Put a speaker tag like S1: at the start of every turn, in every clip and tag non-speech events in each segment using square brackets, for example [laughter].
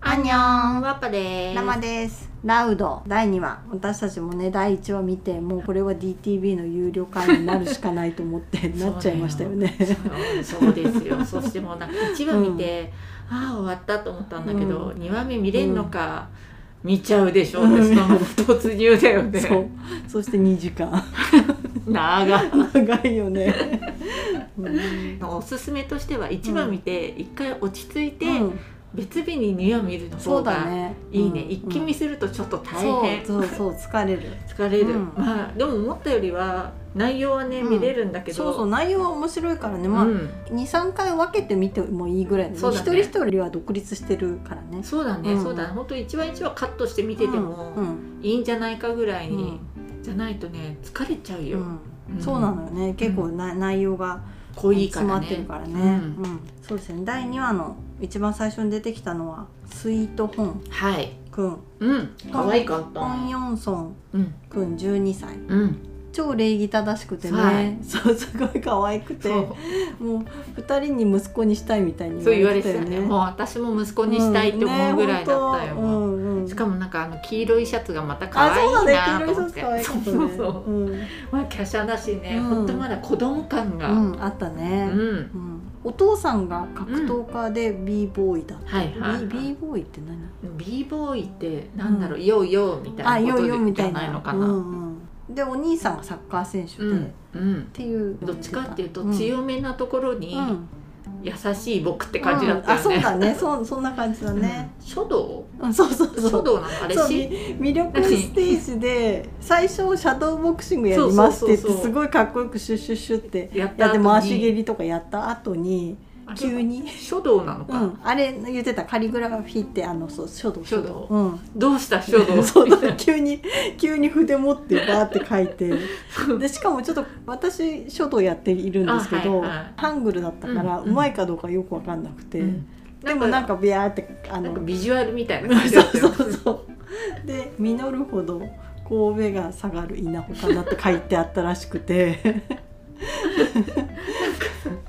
S1: アンニョンワッパです
S2: 生です
S1: ラウド第2話私たちもね第1話見てもうこれは DTV の有料会員になるしかないと思って
S2: [laughs]
S1: なっちゃいましたよね
S2: そうそうですよそしてもうなんか1話見て、ああ終わったと思ったんだけど、
S1: う
S2: 2話目見れんのか、見ちゃうでしょってその突入だよ
S1: [laughs]
S2: ね
S1: そうそして2時間
S2: 長い
S1: 長いよね、うん
S2: おすすめとしては1話見て1回落ち着いて、
S1: うん
S2: 別日に2話見るの
S1: そ
S2: 方
S1: うだ
S2: が
S1: ね
S2: いいね
S1: うん
S2: 一気見するとちょっと大変、
S1: そうそうそう疲れる
S2: 疲れる、
S1: うん
S2: まあでも思ったよりは内容はね、
S1: うん
S2: 見れるんだけど
S1: そうそう内容は面白いからね、まあ
S2: うん
S1: 23回分けてみてもいいぐらいの
S2: そうだ
S1: 一
S2: ね
S1: 人一人は独立してるからね
S2: そうだね、
S1: うん
S2: そうだね本当一話一話カットして見てて
S1: うんう
S2: も
S1: ん
S2: いいんじゃないかぐらいに、
S1: う
S2: じゃないとね疲れちゃうよ、
S1: ん
S2: うん
S1: そうなのよね結構な内容が
S2: 濃いか
S1: 詰ま
S2: ら
S1: って
S2: ね
S1: るからね、
S2: う
S1: うんんそうですね第2話の一番最初に出てきたのはスイートホン
S2: はい
S1: くん
S2: うん可愛かっ
S1: ホン・
S2: た
S1: ヨンソン
S2: うん
S1: くん12歳
S2: うん
S1: 超礼儀正しくてね、
S2: はい
S1: そうすごい可愛くて
S2: そ
S1: も
S2: う
S1: う2人に息子にしたいみたいに
S2: そう言われ
S1: て
S2: て
S1: た
S2: た
S1: よね
S2: よねもう私も息子にしたいって思うぐらいだったよ、
S1: うんね本当うんうん
S2: しかもなんかあの黄色いシャツがまた可
S1: あ、
S2: 愛
S1: そうだ
S2: い
S1: ね。黄
S2: な
S1: 色
S2: と思っ
S1: い
S2: て
S1: シャツ可愛かったね。
S2: そうそうそう
S1: うん
S2: まあ華奢だしね、
S1: うん
S2: ほんとまだ子供感が、
S1: うん、あったね。
S2: うん
S1: うんお父さんが格闘家で B ボーイだった。
S2: はいはい
S1: B B ボーイって何？
S2: b ボーイってなんだろう、ヨーヨーみた
S1: あ、
S2: いな
S1: ヨ
S2: こ
S1: ー
S2: と
S1: ヨーみ
S2: じ
S1: た
S2: ゃ
S1: いな。
S2: ないのかな、
S1: うんうんでお兄さんがサッカー選手で、
S2: う
S1: っ
S2: ん、うん、
S1: ていう。
S2: どっちかっていうと
S1: ん
S2: 強めなところに
S1: うん
S2: 優しい僕って感じだったよね、
S1: うんあ、そうだね。そうそんな感じだね。
S2: うん書道
S1: うん、そうそうそう。
S2: 書道なのあれ
S1: そう
S2: し
S1: み魅力ステージで最初シャドーボクシングやりますって言っ
S2: そう
S1: て
S2: そうそうそう
S1: すごいかっこよくシュッシュッシュって
S2: やった
S1: やっ
S2: 後
S1: て
S2: に
S1: 回し蹴りとかやった後に
S2: あれ
S1: 急に。
S2: 書道なの
S1: う
S2: か、
S1: ん、あれ言ってたカリグラフィーってあのそう書道
S2: 書道
S1: うん、
S2: どうした書道
S1: [laughs] そう
S2: み
S1: だ
S2: たい
S1: か
S2: [laughs]
S1: ら急に急に筆持ってバーって書いて
S2: な
S1: でしかもちょっと私書道やっているんですけど、
S2: あはいはい
S1: ハングルだったから
S2: うん
S1: う
S2: うん
S1: まいかどうかよく分かんなくて、
S2: うん
S1: でもなんかビャーってあ
S2: なん
S1: の
S2: かビジュアルみたいな感じ
S1: そ
S2: だった
S1: う
S2: よね
S1: そうそうで「実るほど神戸が下がる稲穂かな」って書いてあったらしくて。
S2: [laughs]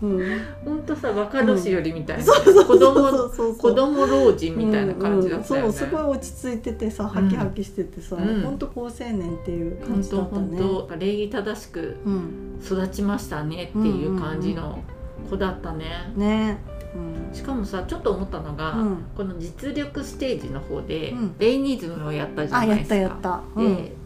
S1: うん、
S2: ほんとさ若年寄りみたいな、
S1: そ
S2: 子
S1: うそう
S2: 供
S1: そうそう
S2: 子供老人みたいな感じだった
S1: うん
S2: よね、
S1: うんそうすごい落ち着いててさハキハキしててさ、
S2: うん
S1: ほんと好青年っていう感
S2: 本
S1: じだ
S2: 当
S1: ったね。
S2: 本当礼儀正しく
S1: うん、
S2: 育ちましたねっていう感じの子だったね、
S1: ね、うん
S2: しかもさちょっと思ったのが、
S1: うん、
S2: この実力ステージの方で、
S1: うん
S2: レイニズムをやったじゃ
S1: あ
S2: な
S1: や
S2: い
S1: っ
S2: です
S1: た
S2: か。
S1: やった。うん
S2: で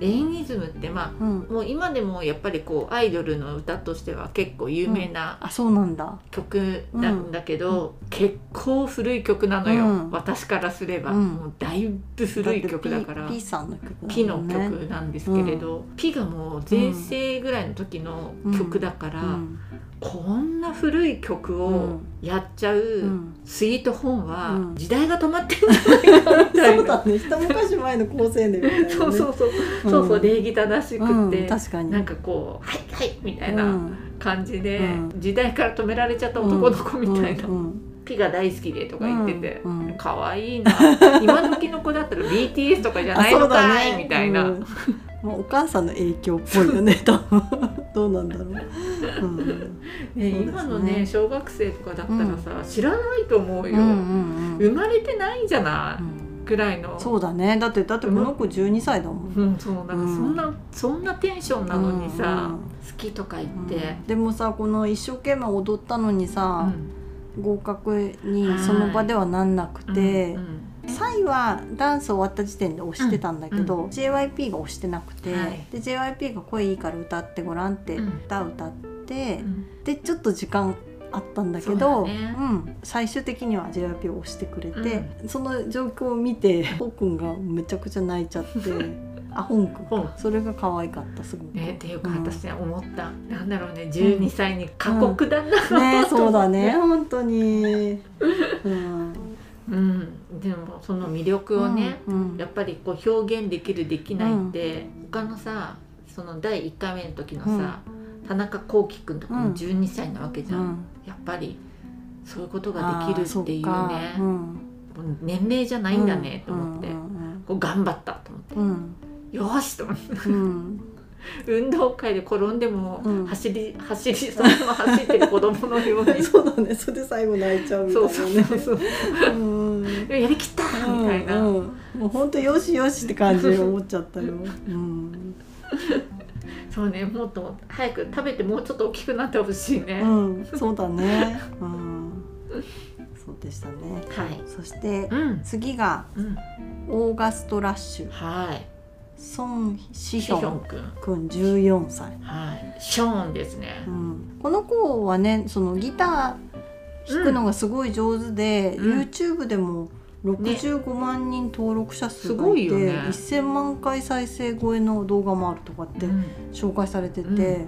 S2: レイニズムってま
S1: うん
S2: あもう今でもやっぱりこうアイドルの歌としては結構有名な
S1: あそうなんだ。
S2: 曲なんだけど、結構古い曲なのよ、
S1: うん
S2: 私からすれば、
S1: うん
S2: もうだいぶ古い曲だか
S1: だっ
S2: ら
S1: て P, P さんの曲だもんね。
S2: ピの曲なんですけれど、ピがもう全盛ぐらいの時の曲だから、
S1: うん
S2: こんな古い曲をやっちゃう、
S1: うん
S2: スイートホーンは
S1: うん
S2: 時代が止まってるんじゃないかみたい
S1: そ
S2: な
S1: うだね。一昔前の好青年みたいな、ね。
S2: [laughs] そうそうそう、
S1: ん
S2: そうそう礼儀正し
S1: う
S2: く
S1: ん、
S2: て、
S1: 確かに。
S2: なんかこう「はいはい」みたいうなん感じで、
S1: うん
S2: 時代から止められちゃった男の子みたいな「
S1: うんうん
S2: ピが大好きで」とか言ってて。
S1: うんうん
S2: 可愛いな今時の子だったら BTS とかじゃないのかい、みたいな、
S1: うんまあ、お母さんの影響っぽいよね多分どうなんだろう、うん、そ
S2: ね
S1: うですね
S2: 今のね小学生とかだったらさ、知らないと思う
S1: うん
S2: よ、
S1: うんうん
S2: 生まれてないんじゃない、
S1: うん
S2: くらいの
S1: そうだねだってだってこの子12歳だもん、
S2: うん、そうなんかそ
S1: うん
S2: んな、そんなテンションなのにさ、
S1: うんうん
S2: 好きとか言って、
S1: うんでもさこの一生懸命踊ったのに
S2: う
S1: さ、
S2: ん
S1: 合格にその場ではなんなくて、サイはダンス終わった時点で押してたんだけど、JYP が押してなくて、
S2: はい
S1: で JYP が「声いいから歌ってごらん」って
S2: うん
S1: 歌歌って、
S2: うんうん
S1: でちょっと時間あったんだけ
S2: そ
S1: ど
S2: うだね
S1: ん、最終的には JYP を押してくれて、その状況を見てホンくんがめちゃくちゃ泣いちゃって
S2: [laughs]
S1: あホンくん
S2: ほん
S1: それが可愛かったすご
S2: [laughs]
S1: く。
S2: ね、っていうか
S1: うん
S2: 私ね思った、なんだろうね12歳に過酷だな、
S1: ねそうだね本当
S2: [laughs]
S1: に。うん、
S2: うん、でもその魅力をね、
S1: うん、うん
S2: やっぱりこう表現できるできないって、他のさその第1回目の時のさ、田中聖輝くんとかも12歳なわけじゃん、
S1: うん
S2: やっぱりそういうことができるっていう
S1: あ
S2: ね
S1: ーそっかうん
S2: もう年齢じゃないんだねと思って、
S1: うんうん
S2: こう頑張ったと思って、
S1: うん
S2: よーしと思って
S1: うんうん
S2: 運動会で転んでも
S1: うん
S2: 走り、走りそのまま走ってる子供のよう
S1: [laughs]
S2: に
S1: そうだねそれで最後泣いちゃうみたい
S2: そ
S1: な
S2: う
S1: ね
S2: そうそうそう
S1: うん
S2: やりきったみたいな、
S1: うんうんもう本当よしよしって感じで思っちゃ
S2: [laughs]
S1: ったよ、うん
S2: そうねもっと早く食べてもうちょっと大きくなってほしいね、
S1: う
S2: は
S1: ん、そうだね、うん、そうでしたね
S2: い
S1: そして
S2: うん、
S1: 次が
S2: うん、
S1: オーガスト・ラッシュ
S2: はい
S1: ソン・シ
S2: シ
S1: ヒ
S2: ヒョ
S1: ョン
S2: ン
S1: 君
S2: 君
S1: 14歳、
S2: はいショーンですね
S1: うん、この子はねそのギター弾くのがすごい上手で、
S2: うん
S1: YouTube でも65万人登録者数
S2: す
S1: が
S2: ご
S1: い
S2: い
S1: て、
S2: よね
S1: 1,000万回再生超えの動画もあるとかって
S2: うん
S1: 紹介されてて、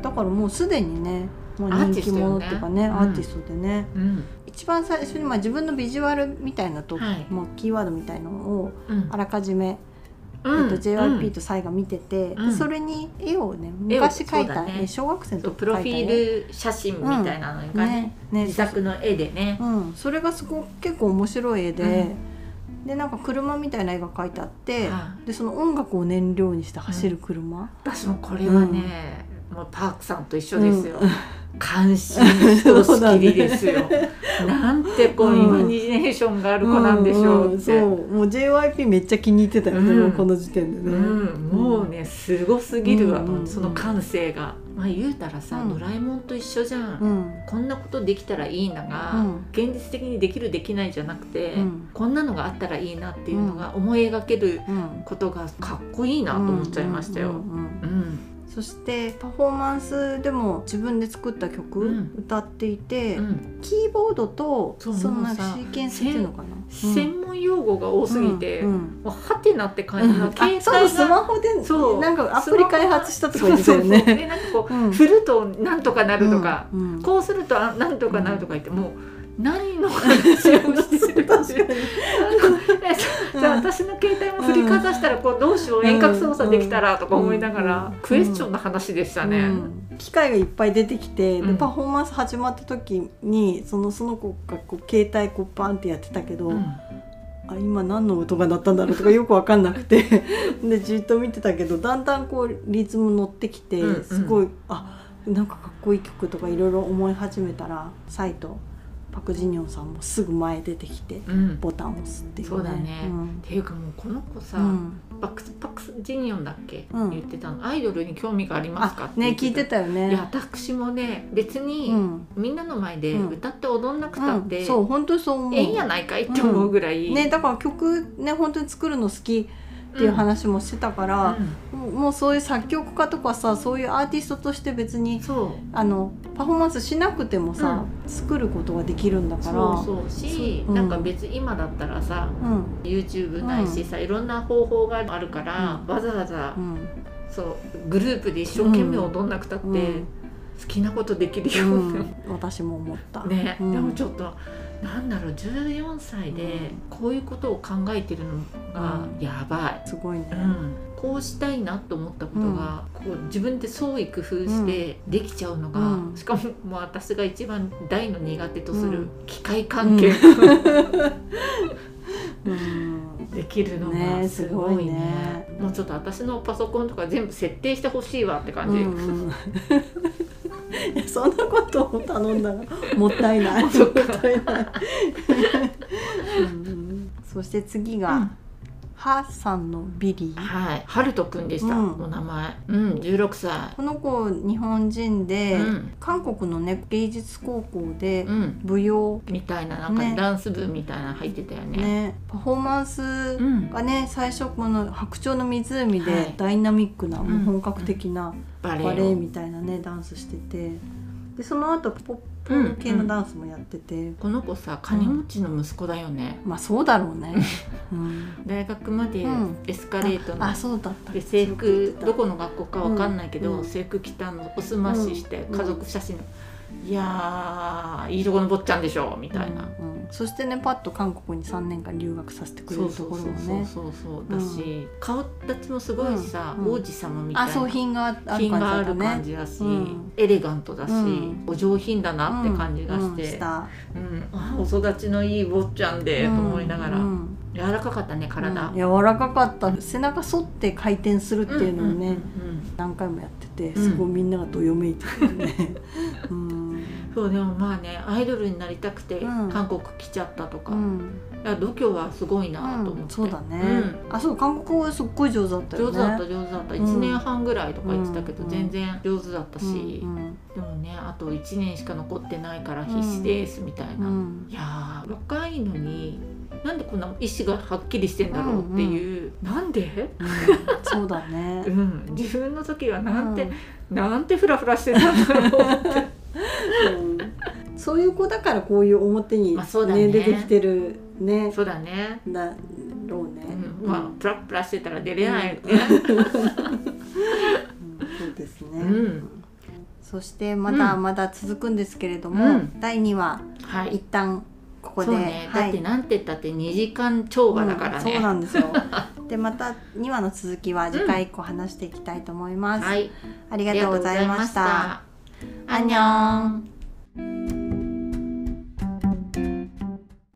S2: う
S1: だからもうすでにね、ま
S2: ア
S1: あ、
S2: ー
S1: 人
S2: ティ
S1: 気
S2: ストよね
S1: 者っていうかね
S2: うん
S1: アーティストでね、
S2: うん
S1: 一番最初にまあ自分のビジュアルみたいなと、
S2: はい
S1: もうキーワードみたいのを
S2: うん
S1: あらかじめ、
S2: う
S1: えっ
S2: ん
S1: と、JYP とサイが見てて、
S2: うん
S1: でそれに絵をね
S2: 絵を
S1: 昔描い
S2: そ
S1: た、
S2: うだね
S1: え小学生の
S2: そう
S1: 時
S2: プロ
S1: 描
S2: フ
S1: いた
S2: ィ
S1: 絵
S2: ール写真みたいなのがね,、
S1: ねね
S2: 自宅の絵でね、
S1: うん、それがすごく結構面白い絵で、でなんか車みたいな絵が描いてあって、
S2: は
S1: でその音楽を燃料にして走る車、
S2: 私もこれはね、もうパークさんと一緒ですよ、
S1: うん
S2: 関心としきりですよ、なんてこう、
S1: うん
S2: イマジネーションがある子なんでしょうって、
S1: んうんそうもう JYP めっちゃ気に入ってたよね、
S2: うん
S1: もうこの時点でね、
S2: うん、もうねすごすぎるわ、
S1: うんうんうん
S2: その感性が、まあ、言うたらさ、
S1: うん
S2: ドラえもんと一緒じゃん、
S1: うん
S2: こんなことできたらいいなが、
S1: うん
S2: 現実的にできるできないじゃなくて、
S1: うん
S2: こんなのがあったらいいなっていうのが思い描ける
S1: うん
S2: ことがかっこいいなと思っちゃいましたよ。
S1: うんうんうんうん
S2: うん
S1: そしてパフォーマンスでも自分で作った曲
S2: うん
S1: 歌っていて、
S2: うん
S1: キーボードと
S2: そ
S1: そうのなんか
S2: もうさ
S1: シーケンスっていうのかな、
S2: 専門用語が多すぎて、
S1: うんう
S2: も
S1: ん
S2: うハテナって感じの、
S1: あ
S2: 携帯
S1: そうス
S2: が
S1: マホで
S2: そう
S1: なんかアプリ開発したとか言ってたよ
S2: そうそうそう
S1: ね。
S2: でなんかこう、
S1: うん
S2: 振るとなんとかなるとか、
S1: うんうん
S2: こうするとあなんとかなるとか言って、もう何の話をしてるか
S1: 確かに
S2: [laughs] じゃあ私の携帯も振りかざしたらこうどうしよう遠隔操作できたらとか思いながら
S1: うん
S2: クエスチョンの話でしたね。
S1: うん機械がいっぱい出てきて、
S2: う
S1: で
S2: ん
S1: パフォーマンス始まった時にそのその子がこう携帯こうバンってやってたけど、
S2: うん
S1: あ今何の音が鳴ったんだろうとかよく分かんなくて [laughs] でじっと見てたけどだんだんこうリズム乗ってきて、
S2: うんうん
S1: すごいあなんかかっこいい曲とかいろいろ思い始めたらサイとパク・ジニョンさんもすぐ前出てきて
S2: うん
S1: ボタンを押すっていう、
S2: そうだね
S1: うん
S2: っていうかもうこの子さ、
S1: うん
S2: バックスパックスジニオンだっけ、
S1: うん
S2: 言ってたのアイドルに興味がありますか
S1: あね聞いてたよ
S2: いや
S1: ね。
S2: 私もね別に、
S1: うん
S2: みんなの前で
S1: うん
S2: 歌って踊んなくたって、
S1: うんそう本当そう思う
S2: ええんやないかいって思うぐらい、
S1: ね、だから曲ね本当に作るの好きっていう話もしてたか
S2: うん、
S1: ら、もうもうそういう作曲家とかさそういうアーティストとして別
S2: うん
S1: に
S2: そう
S1: あのパフォーマンスしなくてもさ、作ることができるんだから
S2: そうそうし、
S1: そううん
S2: なんか別に今だったらさ
S1: うん
S2: YouTube ないしさ、いろんな方法があるから、わざわざ、
S1: うん
S2: そうグループで一生懸命踊んなくたって、
S1: うん
S2: 好きなことできるよ、
S1: うん、私も思った。
S2: [laughs] ね、
S1: うん
S2: でもちょっとなんだろう14歳でこういうことを考えてるのが
S1: うん
S2: やばい、
S1: すごいね。
S2: うんこうしたいなと思ったことが、こう自分で創意工夫してできちゃうのが、
S1: うん
S2: しかももう私が一番大の苦手とす
S1: う
S2: る
S1: ん
S2: 機械関係
S1: うん
S2: できるの
S1: ね
S2: がすごい
S1: す
S2: ね
S1: ごいね
S2: もうちょっと私のパソコンとか全部設定してほしいわって感
S1: う
S2: じ、
S1: んうんいやそんなことを頼んだらもったいない。もっ
S2: [laughs] そっか
S1: たいない。うんそして次が、
S2: うん
S1: ハーさんのビリー。
S2: はい、ハルトくんでした、
S1: うん
S2: お名前うん16歳
S1: この子日本人で、
S2: うん
S1: 韓国のね芸術高校で
S2: うん
S1: 舞踊
S2: みたいななんか
S1: ね
S2: ダンス部みたいなの入ってたよね
S1: ねパフォーマンス
S2: うん
S1: がね最初この「白鳥の湖」
S2: は
S1: で
S2: い
S1: ダイナミックな、
S2: ん
S1: もう本格的な
S2: バレエを
S1: バレエみたいなねダンスしててでその後ポップ系のダンスもやってて、
S2: この子さ金持ちの息子だよね、
S1: まあそうだろう
S2: [laughs]
S1: ね、うん、
S2: 大学まで
S1: うん
S2: エスカレートの、
S1: あそうだった
S2: で制服ど
S1: こ
S2: この学校かわかんないけど、
S1: うん
S2: 制服着たのおすましして
S1: うん
S2: 家族写真、いやーいいとこの坊ちゃんでしょみたいな、
S1: うんそしてねパッと韓国に3年間留学させてくれ
S2: そう
S1: ると
S2: そう
S1: ころ
S2: そ
S1: も
S2: うそう
S1: ね
S2: そうそうだし、顔立ちもすごいさ、
S1: うん
S2: 王子様みた
S1: あ
S2: い
S1: そう
S2: な
S1: 品がある感じ
S2: 品があ
S1: だった
S2: る感
S1: ね
S2: じだし、
S1: うん
S2: エレガントだし、
S1: うん
S2: お上品だなって感じがして、
S1: うんうんした
S2: うんあお育ちのいい坊ちゃんで、と思いながら、
S1: うんうん
S2: 柔らかかったね体、
S1: うん柔らかかった背中反って回転するっていうのをね、
S2: んうん
S1: 何回もやってて
S2: うん
S1: すごいみんながどよめいてるよね、
S2: [laughs]
S1: うん
S2: うんそうでもまあねアイドルになりたくて
S1: うん
S2: 韓国来ちゃったとか、
S1: うん
S2: いや度胸はすごいなと思って、
S1: うんそうだね、
S2: うん
S1: あそう韓国語すっごい上手だったよ
S2: 上
S1: ね
S2: 手だった上手だった1年半ぐらいとか言ってたけど、
S1: うん
S2: 全然上手だったし、
S1: うん
S2: でもねあと1年しか残ってないから必死ですみたい
S1: うん
S2: な、 [laughs] いやー若いのになんでこんな意思がはっきりしてんだろうっていう、なんで、
S1: うんそうだね
S2: うん、自分の時はなんて、
S1: うん
S2: なんてフラフラしてたんだろう
S1: うんそういう子だからこういう表に、ね
S2: まあそうだね
S1: 出てきてる [laughs] ね
S2: そうだね、
S1: だろうね、
S2: うん、まあプラプラしてたら出れない、
S1: うんそうですね、
S2: うん
S1: そしてまだ
S2: う
S1: まだ続くんですけれども、
S2: うん
S1: 第2話
S2: はい
S1: 一旦ここで、
S2: そうね、
S1: は
S2: だっ
S1: い
S2: てなんて言ったって2時間超話だから
S1: うん
S2: ね、
S1: そうなん
S2: [laughs]
S1: ですよでまた2話の続きは次回以降話していきたいと思います、
S2: はい
S1: ありが
S2: あり
S1: と
S2: がと
S1: うご
S2: うご
S1: ざ
S2: ざ
S1: い
S2: い
S1: ま
S2: ま
S1: し
S2: したたアンニョン